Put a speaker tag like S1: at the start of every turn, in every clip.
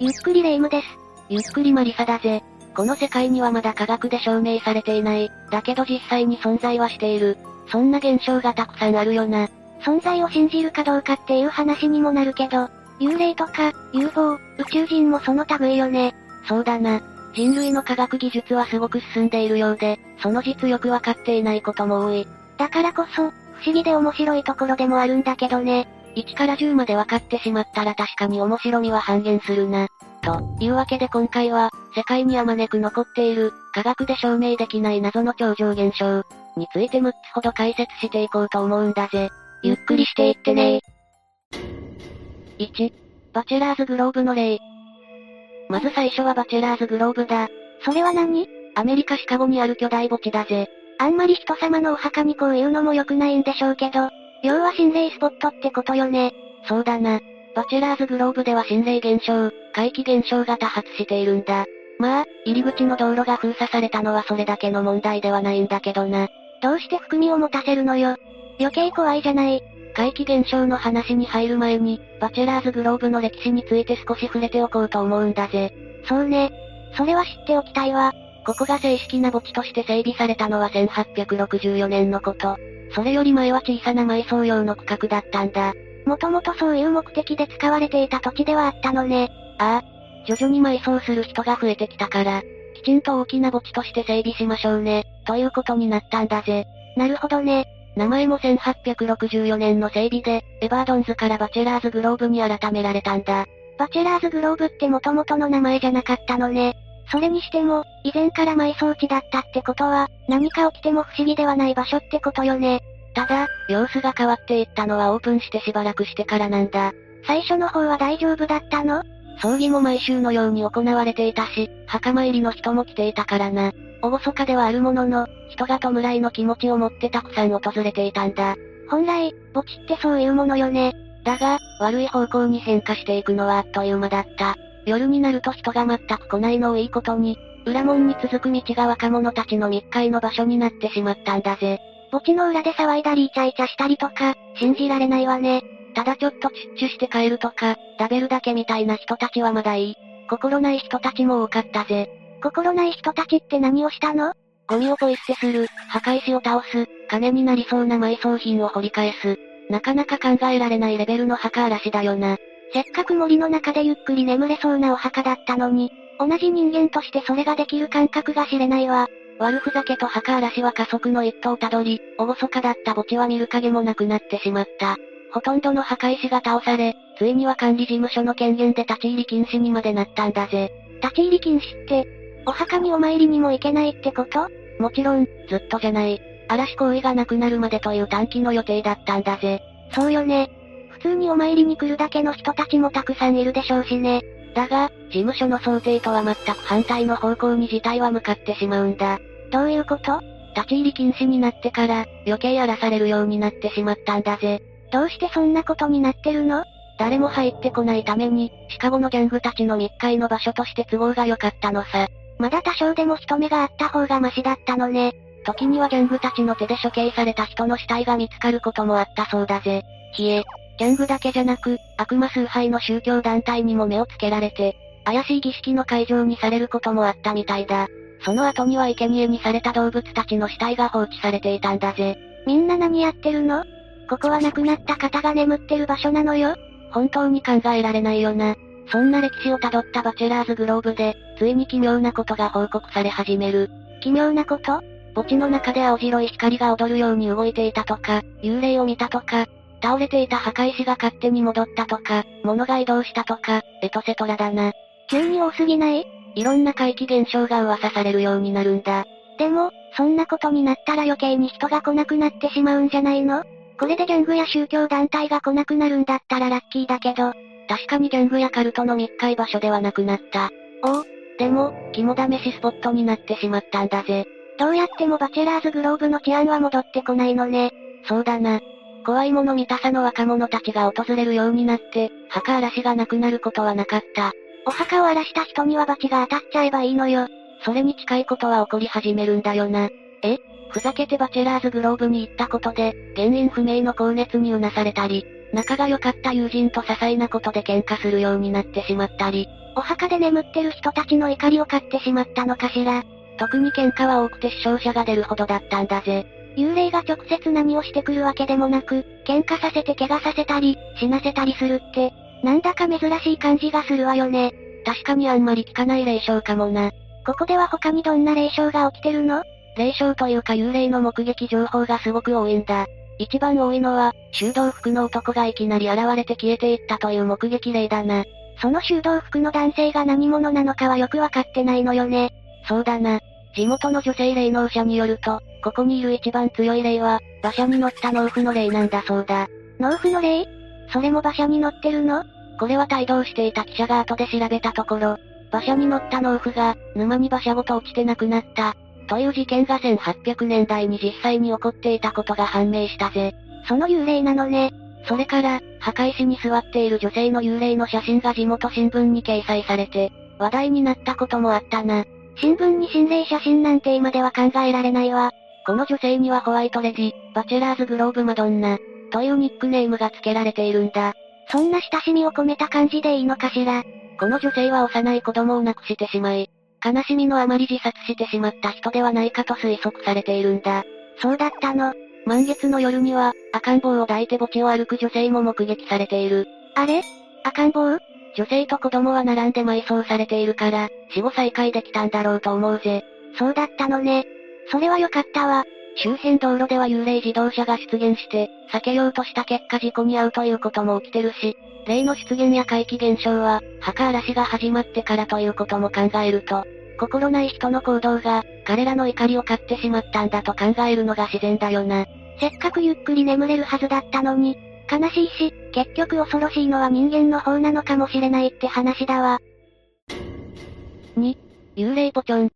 S1: ゆっくりレ夢ムです。
S2: ゆっくりマリサだぜ。この世界にはまだ科学で証明されていない。だけど実際に存在はしている。そんな現象がたくさんあるよな。
S1: 存在を信じるかどうかっていう話にもなるけど、幽霊とか、UFO、宇宙人もその類よね。
S2: そうだな。人類の科学技術はすごく進んでいるようで、その実力わかっていないことも多い。
S1: だからこそ、不思議で面白いところでもあるんだけどね。
S2: 1から10まで分かってしまったら確かに面白みは半減するな。というわけで今回は、世界にあまねく残っている、科学で証明できない謎の超常現象、について6つほど解説していこうと思うんだぜ。ゆっくりしていってね1、バチェラーズグローブの例。まず最初はバチェラーズグローブだ。
S1: それは何
S2: アメリカシカゴにある巨大墓地だぜ。
S1: あんまり人様のお墓にこういうのも良くないんでしょうけど、要は心霊スポットってことよね。
S2: そうだな。バチェラーズグローブでは心霊現象、怪奇現象が多発しているんだ。まあ、入り口の道路が封鎖されたのはそれだけの問題ではないんだけどな。
S1: どうして含みを持たせるのよ。余計怖いじゃない。
S2: 怪奇現象の話に入る前に、バチェラーズグローブの歴史について少し触れておこうと思うんだぜ。
S1: そうね。それは知っておきたいわ。
S2: ここが正式な墓地として整備されたのは1864年のこと。それより前は小さな埋葬用の区画だったんだ。
S1: もともとそういう目的で使われていた土地ではあったのね。
S2: ああ。徐々に埋葬する人が増えてきたから、きちんと大きな墓地として整備しましょうね、ということになったんだぜ。
S1: なるほどね。
S2: 名前も1864年の整備で、エバードンズからバチェラーズグローブに改められたんだ。
S1: バチェラーズグローブってもともとの名前じゃなかったのね。それにしても、以前から埋葬地だったってことは、何か起きても不思議ではない場所ってことよね。
S2: ただ、様子が変わっていったのはオープンしてしばらくしてからなんだ。
S1: 最初の方は大丈夫だったの
S2: 葬儀も毎週のように行われていたし、墓参りの人も来ていたからな。おごそかではあるものの、人が弔いの気持ちを持ってたくさん訪れていたんだ。
S1: 本来、墓地ってそういうものよね。
S2: だが、悪い方向に変化していくのはあっという間だった。夜になると人が全く来ないのをいいことに、裏門に続く道が若者たちの密会の場所になってしまったんだぜ。
S1: 墓地の裏で騒いだりイチャイチャしたりとか、信じられないわね。
S2: ただちょっとチュッチュして帰るとか、食べるだけみたいな人たちはまだいい。心ない人たちも多かったぜ。
S1: 心ない人たちって何をしたの
S2: ゴミをポイ捨てする、墓石を倒す、金になりそうな埋葬品を掘り返す。なかなか考えられないレベルの墓嵐だよな。
S1: せっかく森の中でゆっくり眠れそうなお墓だったのに、同じ人間としてそれができる感覚が知れないわ。
S2: 悪ふざけと墓嵐は加速の一途をたどり、おごそかだった墓地は見る影もなくなってしまった。ほとんどの墓石が倒され、ついには管理事務所の権限で立ち入り禁止にまでなったんだぜ。
S1: 立ち入り禁止って、お墓にお参りにも行けないってこと
S2: もちろん、ずっとじゃない。嵐行為がなくなるまでという短期の予定だったんだぜ。
S1: そうよね。普通にお参りに来るだけの人たちもたくさんいるでしょうしね。
S2: だが、事務所の想定とは全く反対の方向に事態は向かってしまうんだ。
S1: どういうこと
S2: 立ち入り禁止になってから、余計やらされるようになってしまったんだぜ。
S1: どうしてそんなことになってるの
S2: 誰も入ってこないために、シカゴのギャングたちの密会の場所として都合が良かったのさ。
S1: まだ多少でも人目があった方がマシだったのね。
S2: 時にはギャングたちの手で処刑された人の死体が見つかることもあったそうだぜ。ひえ、ギャングだけじゃなく、悪魔崇拝の宗教団体にも目をつけられて、怪しい儀式の会場にされることもあったみたいだ。その後には生贄にされた動物たちの死体が放置されていたんだぜ。
S1: みんな何やってるのここは亡くなった方が眠ってる場所なのよ。
S2: 本当に考えられないよな。そんな歴史をたどったバチェラーズグローブで、ついに奇妙なことが報告され始める。
S1: 奇妙なこと
S2: 墓地の中で青白い光が踊るように動いていたとか、幽霊を見たとか、倒れていた墓石が勝手に戻ったとか、物が移動したとか、エトセトラだな。
S1: 急に多すぎない
S2: いろんな怪奇現象が噂されるようになるんだ。
S1: でも、そんなことになったら余計に人が来なくなってしまうんじゃないのこれでギャングや宗教団体が来なくなるんだったらラッキーだけど、
S2: 確かにギャングやカルトの密会場所ではなくなった。
S1: おお、
S2: でも、肝試しスポットになってしまったんだぜ。
S1: どうやってもバチェラーズグローブの治安は戻ってこないのね。
S2: そうだな。怖いもの見たさの若者たちが訪れるようになって、墓荒らしがなくなることはなかった。
S1: お墓を荒らした人には罰が当たっちゃえばいいのよ。
S2: それに近いことは起こり始めるんだよな。えふざけてバチェラーズグローブに行ったことで、原因不明の高熱にうなされたり、仲が良かった友人と些細なことで喧嘩するようになってしまったり、
S1: お墓で眠ってる人たちの怒りを買ってしまったのかしら。
S2: 特に喧嘩は多くて死傷者が出るほどだったんだぜ。
S1: 幽霊が直接何をしてくるわけでもなく、喧嘩させて怪我させたり、死なせたりするって、なんだか珍しい感じがするわよね。
S2: 確かにあんまり聞かない霊障かもな。
S1: ここでは他にどんな霊障が起きてるの
S2: 霊障というか幽霊の目撃情報がすごく多いんだ。一番多いのは、修道服の男がいきなり現れて消えていったという目撃例だな。
S1: その修道服の男性が何者なのかはよくわかってないのよね。
S2: そうだな。地元の女性霊能者によると、ここにいる一番強い霊は、馬車に乗った農夫の霊なんだそうだ。
S1: 農夫の霊それも馬車に乗ってるの
S2: これは帯同していた記者が後で調べたところ、馬車に乗った農夫が、沼に馬車ごと落ちて亡くなった、という事件が1800年代に実際に起こっていたことが判明したぜ。
S1: その幽霊なのね。
S2: それから、墓石に座っている女性の幽霊の写真が地元新聞に掲載されて、話題になったこともあったな。
S1: 新聞に心霊写真なんて今では考えられないわ。
S2: この女性にはホワイトレディ、バチェラーズグローブマドンナ、というニックネームが付けられているんだ。
S1: そんな親しみを込めた感じでいいのかしら。
S2: この女性は幼い子供を亡くしてしまい、悲しみのあまり自殺してしまった人ではないかと推測されているんだ。
S1: そうだったの。
S2: 満月の夜には、赤ん坊を抱いて墓地を歩く女性も目撃されている。
S1: あれ赤ん坊
S2: 女性と子供は並んで埋葬されているから、死後再会できたんだろうと思うぜ。
S1: そうだったのね。それは良かったわ。
S2: 周辺道路では幽霊自動車が出現して、避けようとした結果事故に遭うということも起きてるし、霊の出現や怪奇現象は、墓嵐が始まってからということも考えると、心ない人の行動が、彼らの怒りを買ってしまったんだと考えるのが自然だよな。
S1: せっかくゆっくり眠れるはずだったのに、悲しいし、結局恐ろしいのは人間の方なのかもしれないって話だわ。
S2: 2、幽霊ポチョン。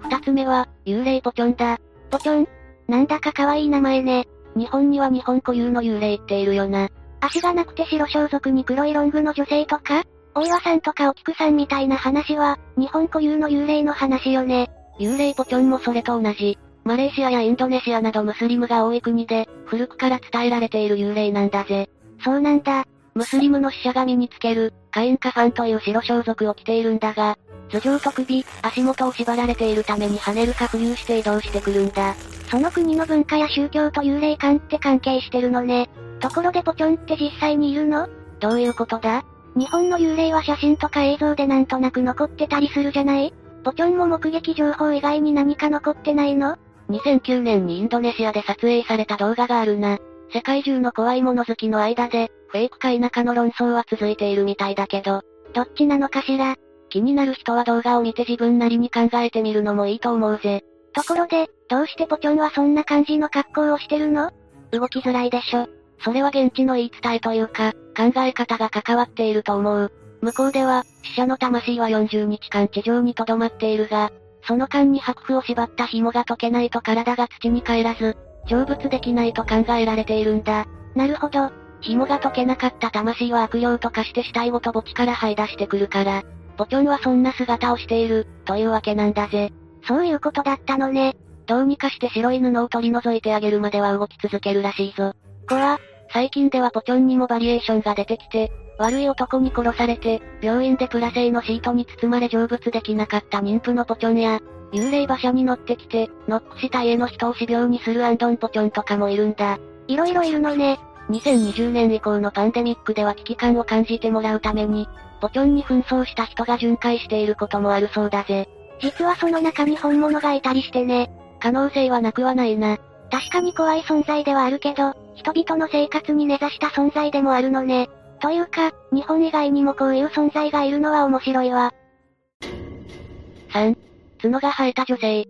S2: 二つ目は、幽霊ポチョンだ。
S1: ポチョンなんだか可愛い名前ね。
S2: 日本には日本固有の幽霊っているよな。
S1: 足がなくて白装束に黒いロングの女性とか、大岩さんとかお菊さんみたいな話は、日本固有の幽霊の話よね。
S2: 幽霊ポチョンもそれと同じ。マレーシアやインドネシアなどムスリムが多い国で、古くから伝えられている幽霊なんだぜ。
S1: そうなんだ。
S2: ムスリムの死者が身につける、カインカファンという白装束を着ているんだが、頭上と首、足元を縛られているために跳ねるか浮遊して移動してくるんだ。
S1: その国の文化や宗教と幽霊観って関係してるのね。ところでポチョンって実際にいるの
S2: どういうことだ
S1: 日本の幽霊は写真とか映像でなんとなく残ってたりするじゃないポチョンも目撃情報以外に何か残ってないの
S2: 2009年にインドネシアで撮影された動画があるな。世界中の怖いもの好きの間で、フェイクか否かの論争は続いているみたいだけど、
S1: どっちなのかしら
S2: 気になる人は動画を見て自分なりに考えてみるのもいいと思うぜ。
S1: ところで、どうしてポチョンはそんな感じの格好をしてるの
S2: 動きづらいでしょ。それは現地の言い伝えというか、考え方が関わっていると思う。向こうでは、死者の魂は40日間地上に留まっているが、その間に白布を縛った紐が解けないと体が土に帰らず、成仏できないと考えられているんだ。
S1: なるほど。
S2: 紐が解けなかった魂は悪霊と化して死体ごと墓地から這い出してくるから、ポチョンはそんな姿をしている、というわけなんだぜ。
S1: そういうことだったのね。
S2: どうにかして白い布を取り除いてあげるまでは動き続けるらしいぞ。こわ、最近ではポチョンにもバリエーションが出てきて、悪い男に殺されて、病院でプラ製のシートに包まれ成仏できなかった妊婦のポチョンや、幽霊馬車に乗ってきて、ノックした家の人を死病にするアンドンポチョンとかもいるんだ。
S1: いろいろいるのね。
S2: 2020年以降のパンデミックでは危機感を感じてもらうために、ポチョンに紛争した人が巡回していることもあるそうだぜ。
S1: 実はその中に本物がいたりしてね。
S2: 可能性はなくはないな。
S1: 確かに怖い存在ではあるけど、人々の生活に根ざした存在でもあるのね。というか、日本以外にもこういう存在がいるのは面白いわ。
S2: 3. 角が生えた女性。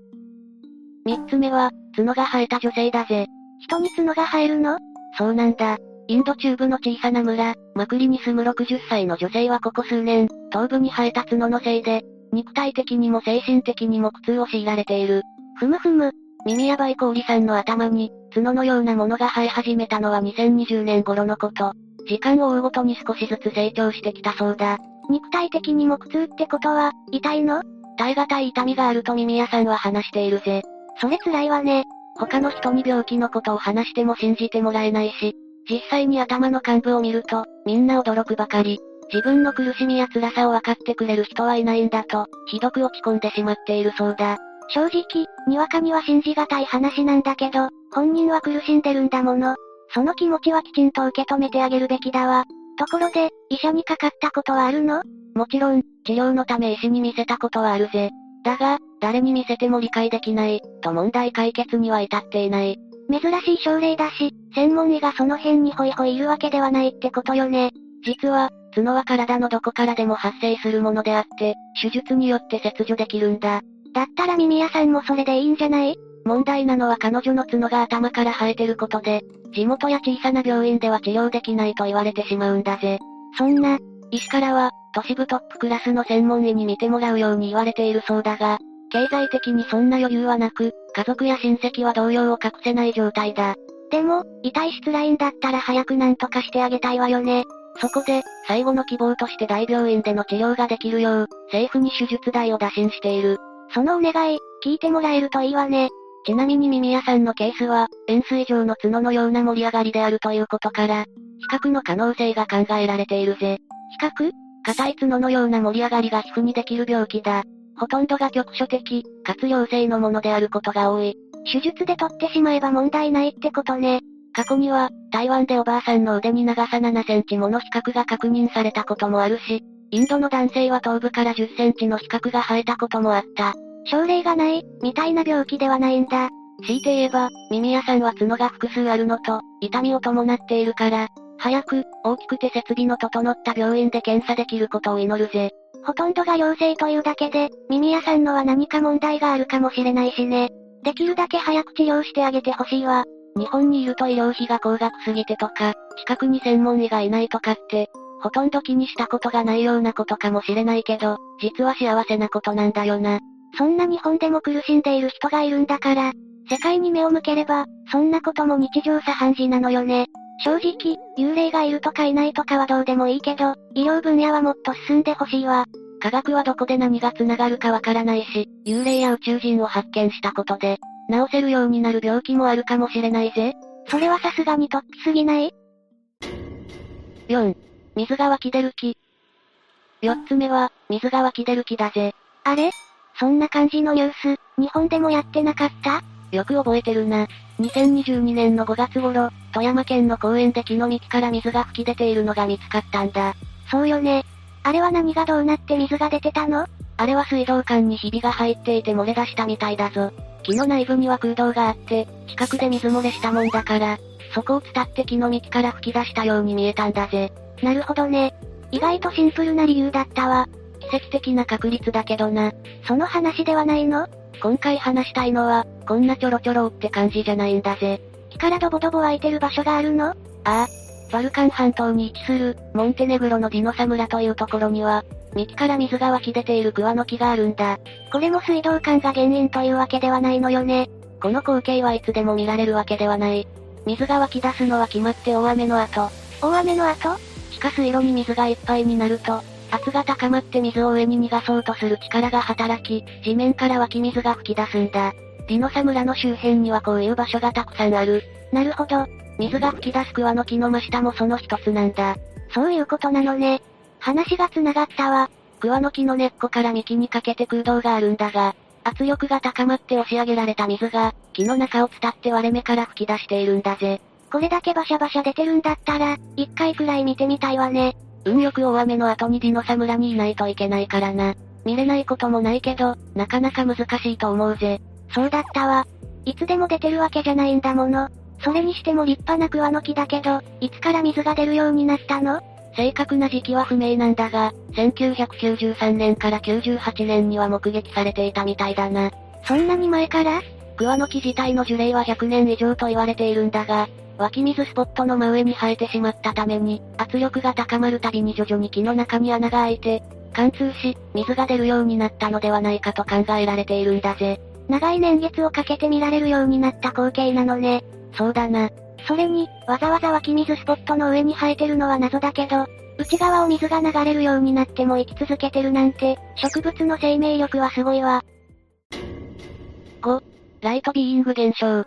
S2: 3つ目は、角が生えた女性だぜ。
S1: 人に角が生えるの
S2: そうなんだ。インド中部の小さな村、マクリに住む60歳の女性はここ数年、頭部に生えた角のせいで、肉体的にも精神的にも苦痛を強いられている。
S1: ふむふむ、
S2: 耳やばい氷さんの頭に、角のようなものが生え始めたのは2020年頃のこと。時間を追うごとに少しずつ成長してきたそうだ。
S1: 肉体的にも苦痛ってことは、痛いの
S2: 耐え難い痛みがあると耳屋さんは話しているぜ。
S1: それ辛いわね。
S2: 他の人に病気のことを話しても信じてもらえないし、実際に頭の幹部を見ると、みんな驚くばかり。自分の苦しみや辛さを分かってくれる人はいないんだと、ひどく落ち込んでしまっているそうだ。
S1: 正直、にわかには信じがたい話なんだけど、本人は苦しんでるんだもの。その気持ちはきちんと受け止めてあげるべきだわ。ところで、医者にかかったことはあるの
S2: もちろん、治療のため医師に見せたことはあるぜ。だが、誰に見せても理解できない、と問題解決には至っていない。
S1: 珍しい症例だし、専門医がその辺にホイホイいるわけではないってことよね。
S2: 実は、角は体のどこからでも発生するものであって、手術によって切除できるんだ。
S1: だったら耳屋さんもそれでいいんじゃない
S2: 問題なのは彼女の角が頭から生えてることで、地元や小さな病院では治療できないと言われてしまうんだぜ。
S1: そんな、
S2: 医師からは、都市部トップクラスの専門医に見てもらうように言われているそうだが、経済的にそんな余裕はなく、家族や親戚は動揺を隠せない状態だ。
S1: でも、痛いし辛いんだったら早くなんとかしてあげたいわよね。
S2: そこで、最後の希望として大病院での治療ができるよう、政府に手術代を打診している。
S1: そのお願い、聞いてもらえるといいわね。
S2: ちなみに耳屋さんのケースは、円錐状の角のような盛り上がりであるということから、比較の可能性が考えられているぜ。
S1: 比較
S2: 硬い角のような盛り上がりが皮膚にできる病気だ。ほとんどが局所的、かつ良性のものであることが多い。
S1: 手術で取ってしまえば問題ないってことね。
S2: 過去には、台湾でおばあさんの腕に長さ7センチもの比較が確認されたこともあるし、インドの男性は頭部から10センチの比較が生えたこともあった。
S1: 症例がない、みたいな病気ではないんだ。
S2: 強いて言えば、耳屋さんは角が複数あるのと、痛みを伴っているから、早く、大きくて設備の整った病院で検査できることを祈るぜ。
S1: ほとんどが陽性というだけで、耳屋さんのは何か問題があるかもしれないしね。できるだけ早く治療してあげてほしいわ。
S2: 日本にいると医療費が高額すぎてとか、近くに専門医がいないとかって、ほとんど気にしたことがないようなことかもしれないけど、実は幸せなことなんだよな。
S1: そんな日本でも苦しんでいる人がいるんだから、世界に目を向ければ、そんなことも日常茶飯事なのよね。正直、幽霊がいるとかいないとかはどうでもいいけど、医療分野はもっと進んでほしいわ。
S2: 科学はどこで何が繋がるかわからないし、幽霊や宇宙人を発見したことで、治せるようになる病気もあるかもしれないぜ。
S1: それはさすがに突起すぎない
S2: 4. 水が湧き出る木。4つ目は、水が湧き出る木だぜ。
S1: あれそんな感じのニュース、日本でもやってなかった
S2: よく覚えてるな。2022年の5月頃、富山県の公園で木の幹から水が吹き出ているのが見つかったんだ。
S1: そうよね。あれは何がどうなって水が出てたの
S2: あれは水道管にひびが入っていて漏れ出したみたいだぞ。木の内部には空洞があって、比較で水漏れしたもんだから、そこを伝って木の幹から吹き出したように見えたんだぜ。
S1: なるほどね。意外とシンプルな理由だったわ。
S2: 奇跡的な確率だけどな。
S1: その話ではないの
S2: 今回話したいのは、こんなちょろちょろって感じじゃないんだぜ。
S1: 木からドボドボ湧いてる場所があるの
S2: バルカン半島に位置する、モンテネグロのディノサ村というところには、幹から水が湧き出ている桑の木があるんだ。
S1: これも水道管が原因というわけではないのよね。
S2: この光景はいつでも見られるわけではない。水が湧き出すのは決まって大雨の後、
S1: 大雨の後
S2: 地下水路に水がいっぱいになると、圧が高まって水を上に逃がそうとする力が働き、地面から湧き水が吹き出すんだ。ディノサ村の周辺にはこういう場所がたくさんある。
S1: なるほど。
S2: 水が吹き出す桑の木の真下もその一つなんだ。
S1: そういうことなのね。話が繋がったわ。
S2: 桑の木の根っこから幹にかけて空洞があるんだが、圧力が高まって押し上げられた水が、木の中を伝って割れ目から吹き出しているんだぜ。
S1: これだけバシャバシャ出てるんだったら、一回くらい見てみたいわね。
S2: 運よく大雨の後にディノサ村にいないといけないからな。見れないこともないけど、なかなか難しいと思うぜ。
S1: そうだったわ。いつでも出てるわけじゃないんだもの。それにしても立派な桑の木だけど、いつから水が出るようになったの
S2: 正確な時期は不明なんだが、1993年から98年には目撃されていたみたいだな。
S1: そんなに前から
S2: 桑の木自体の樹齢は100年以上と言われているんだが、湧き水スポットの真上に生えてしまったために、圧力が高まるたびに徐々に木の中に穴が開いて、貫通し、水が出るようになったのではないかと考えられているんだぜ。
S1: 長い年月をかけて見られるようになった光景なのね。
S2: そうだな。
S1: それに、わざわざ湧き水スポットの上に生えてるのは謎だけど、内側を水が流れるようになっても生き続けてるなんて、植物の生命力はすごいわ。
S2: ライトビーイング現象。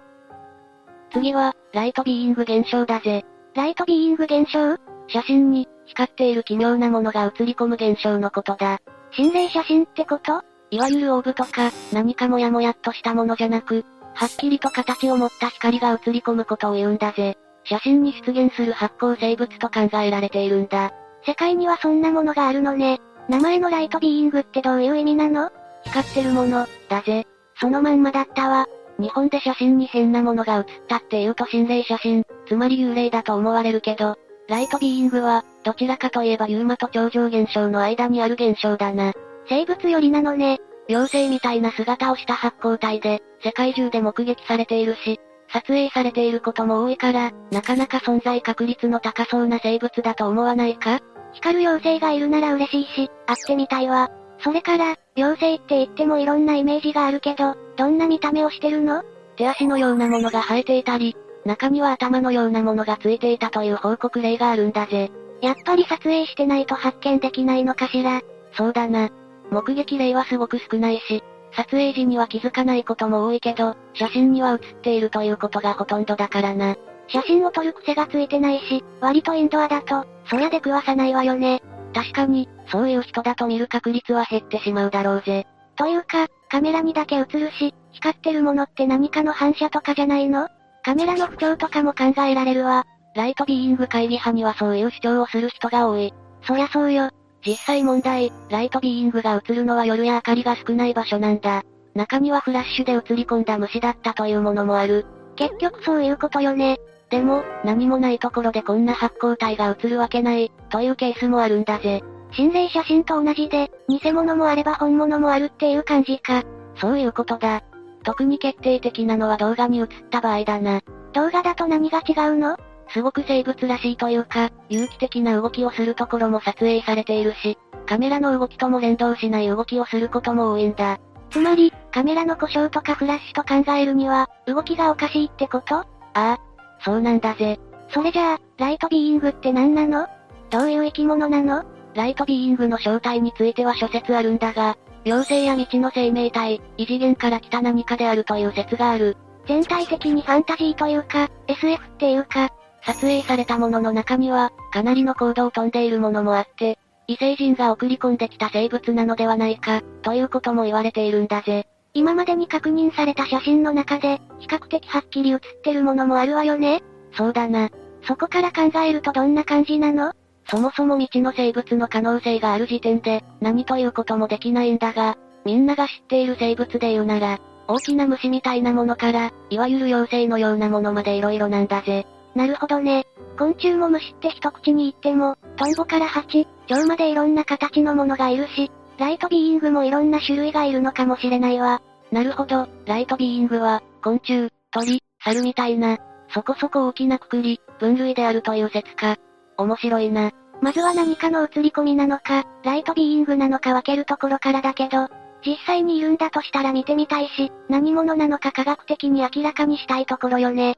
S2: 次は、ライトビーイング現象だぜ。
S1: ライトビーイング現象
S2: 写真に、光っている奇妙なものが映り込む現象のことだ。
S1: 心霊写真ってこと
S2: いわゆるオーブとか、何かもやもやっとしたものじゃなく、はっきりと形を持った光が映り込むことを言うんだぜ。写真に出現する発光生物と考えられているんだ。
S1: 世界にはそんなものがあるのね。名前のライトビーイングってどういう意味なの
S2: 光ってるもの、だぜ。そのまんまだったわ。日本で写真に変なものが写ったっていうと心霊写真、つまり幽霊だと思われるけど、ライトビーイングは、どちらかといえばユーマと超常現象の間にある現象だな。
S1: 生物よりなのね。
S2: 妖精みたいな姿をした発光体で、世界中で目撃されているし、撮影されていることも多いから、なかなか存在確率の高そうな生物だと思わないか
S1: 光る妖精がいるなら嬉しいし、会ってみたいわ。それから、妖精って言ってもいろんなイメージがあるけど、どんな見た目をしてるの
S2: 手足のようなものが生えていたり、中には頭のようなものがついていたという報告例があるんだぜ。
S1: やっぱり撮影してないと発見できないのかしら。
S2: そうだな。目撃例はすごく少ないし、撮影時には気づかないことも多いけど、写真には写っているということがほとんどだからな。
S1: 写真を撮る癖がついてないし、割とインドアだと、そりゃで食わさないわよね。
S2: 確かに、そういう人だと見る確率は減ってしまうだろうぜ。
S1: というか、カメラにだけ映るし、光ってるものって何かの反射とかじゃないのカメラの不調とかも考えられるわ。
S2: ライトビーイング会議派にはそういう主張をする人が多い。
S1: そりゃそうよ。
S2: 実際問題、ライトビーイングが映るのは夜や明かりが少ない場所なんだ。中にはフラッシュで映り込んだ虫だったというものもある。
S1: 結局そういうことよね。
S2: でも、何もないところでこんな発光体が映るわけない、というケースもあるんだぜ。
S1: 心霊写真と同じで、偽物もあれば本物もあるっていう感じか。
S2: そういうことだ。特に決定的なのは動画に映った場合だな。
S1: 動画だと何が違うの
S2: すごく生物らしいというか、有機的な動きをするところも撮影されているし、カメラの動きとも連動しない動きをすることも多いんだ。
S1: つまり、カメラの故障とかフラッシュと考えるには、動きがおかしいってことあ
S2: あ、そうなんだぜ。
S1: それじゃあ、ライトビーイングって何なのどういう生き物なの
S2: ライトビーイングの正体については諸説あるんだが、妖精や未知の生命体、異次元から来た何かであるという説がある。
S1: 全体的にファンタジーというか、SF っていうか、
S2: 撮影されたものの中には、かなりの高度を飛んでいるものもあって、異星人が送り込んできた生物なのではないか、ということも言われているんだぜ。
S1: 今までに確認された写真の中で、比較的はっきり写ってるものもあるわよね。
S2: そうだな。
S1: そこから考えるとどんな感じなの
S2: そもそも未知の生物の可能性がある時点で、何ということもできないんだが、みんなが知っている生物で言うなら、大きな虫みたいなものから、いわゆる妖精のようなものまで色々なんだぜ。
S1: なるほどね。昆虫も虫って一口に言っても、トンボから蜂、蝶までいろんな形のものがいるし、ライトビーイングもいろんな種類がいるのかもしれないわ。
S2: なるほど、ライトビーイングは、昆虫、鳥、猿みたいな、そこそこ大きなくくり、分類であるという説か。面白いな。
S1: まずは何かの映り込みなのか、ライトビーイングなのか分けるところからだけど、実際にいるんだとしたら見てみたいし、何者なのか科学的に明らかにしたいところよね。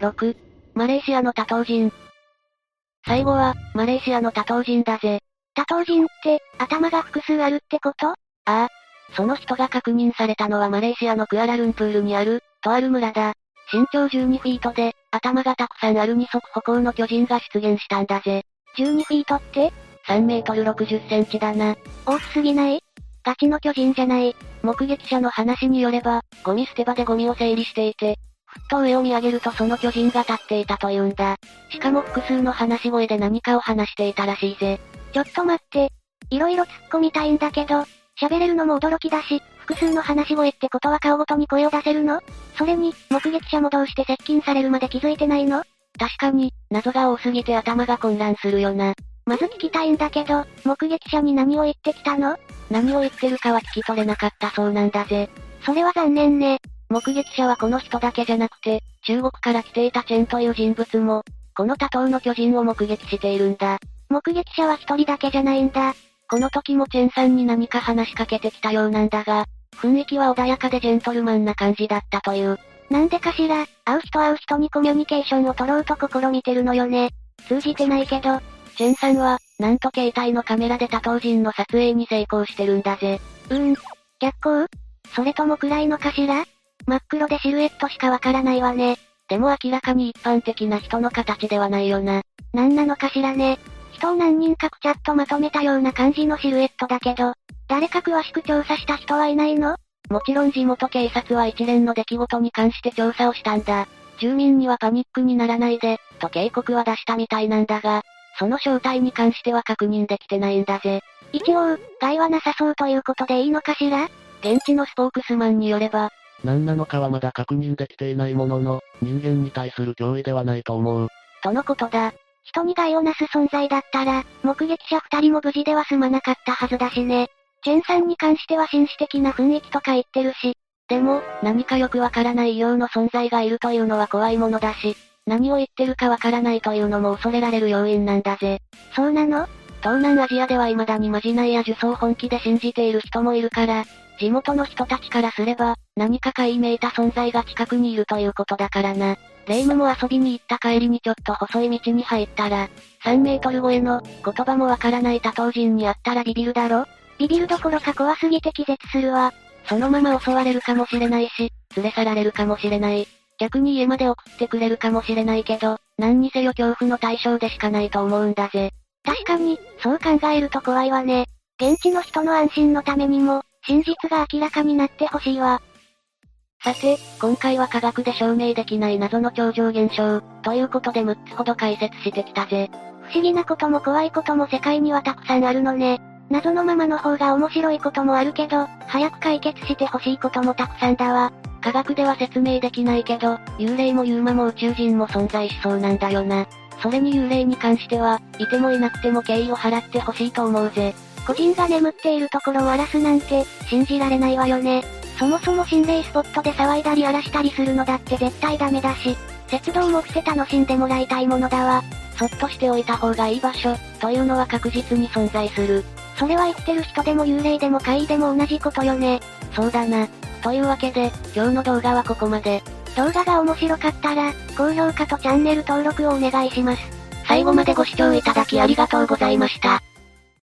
S2: 6、マレーシアの多頭人。最後は、マレーシアの多頭人だぜ。
S1: 多頭人って、頭が複数あるってことあ
S2: あ。その人が確認されたのはマレーシアのクアラルンプールにある、とある村だ。身長12フィートで、頭がたくさんある二足歩行の巨人が出現したんだぜ。
S1: 12フィートって
S2: 3メートル60センチだな。
S1: 大きすぎないガチの巨人じゃない。
S2: 目撃者の話によれば、ゴミ捨て場でゴミを整理していて、ふっと上を見上げるとその巨人が立っていたというんだ。しかも複数の話し声で何かを話していたらしいぜ。
S1: ちょっと待って。いろいろ突っ込みたいんだけど、喋れるのも驚きだし、複数の話し声ってことは顔ごとに声を出せるのそれに、目撃者もどうして接近されるまで気づいてないの
S2: 確かに、謎が多すぎて頭が混乱するよな。
S1: まず聞きたいんだけど、目撃者に何を言ってきたの
S2: 何を言ってるかは聞き取れなかったそうなんだぜ。
S1: それは残念ね。
S2: 目撃者はこの人だけじゃなくて、中国から来ていたチェンという人物も、この多頭の巨人を目撃しているんだ。
S1: 目撃者は一人だけじゃないんだ。
S2: この時もチェンさんに何か話しかけてきたようなんだが、雰囲気は穏やかでジェントルマンな感じだったという。
S1: なんでかしら、会う人会う人にコミュニケーションを取ろうと試みてるのよね。通じてないけど、
S2: チェンさんは、なんと携帯のカメラで多頭人の撮影に成功してるんだぜ。
S1: うーん。逆光それとも暗いのかしら真っ黒でシルエットしかわからないわね。
S2: でも明らかに一般的な人の形ではないよな。
S1: なんなのかしらね。人を何人かくちゃっとまとめたような感じのシルエットだけど、誰か詳しく調査した人はいないの
S2: もちろん地元警察は一連の出来事に関して調査をしたんだ。住民にはパニックにならないで、と警告は出したみたいなんだが、その正体に関しては確認できてないんだぜ。
S1: 一応、害はなさそうということでいいのかしら
S2: 現地のスポークスマンによれば、
S3: 何なのかはまだ確認できていないものの、人間に対する脅威ではないと思う。
S2: とのことだ。
S1: 人に害をなす存在だったら、目撃者二人も無事では済まなかったはずだしね。チェンさんに関しては紳士的な雰囲気とか言ってるし。
S2: でも、何かよくわからない異様の存在がいるというのは怖いものだし、何を言ってるかわからないというのも恐れられる要因なんだぜ。
S1: そうなの
S2: 東南アジアでは未だにまじないや呪詛を本気で信じている人もいるから、地元の人たちからすれば、何か買いめいた存在が近くにいるということだからな。霊夢も遊びに行った帰りにちょっと細い道に入ったら、3メートル超えの、言葉もわからない多頭人に会ったらビビるだろ
S1: ビビるどころか怖すぎて気絶するわ。
S2: そのまま襲われるかもしれないし、連れ去られるかもしれない。逆に家まで送ってくれるかもしれないけど、何にせよ恐怖の対象でしかないと思うんだぜ。
S1: 確かに、そう考えると怖いわね。現地の人の安心のためにも、真実が明らかになってほしいわ。
S2: さて、今回は科学で証明できない謎の超常現象、ということで6つほど解説してきたぜ。
S1: 不思議なことも怖いことも世界にはたくさんあるのね。謎のままの方が面白いこともあるけど、早く解決してほしいこともたくさんだわ。
S2: 科学では説明できないけど、幽霊もユーマも宇宙人も存在しそうなんだよな。それに幽霊に関しては、いてもいなくても敬意を払ってほしいと思うぜ。
S1: 個人が眠っているところを荒らすなんて、信じられないわよね。そもそも心霊スポットで騒いだり荒らしたりするのだって絶対ダメだし、鉄道も伏せ楽しんでもらいたいものだわ。
S2: そっとしておいた方がいい場所、というのは確実に存在する。
S1: それは生きてる人でも幽霊でも怪異でも同じことよね。
S2: そうだな。というわけで、今日の動画はここまで。
S1: 動画が面白かったら、高評価とチャンネル登録をお願いします。
S2: 最後までご視聴いただきありがとうございました。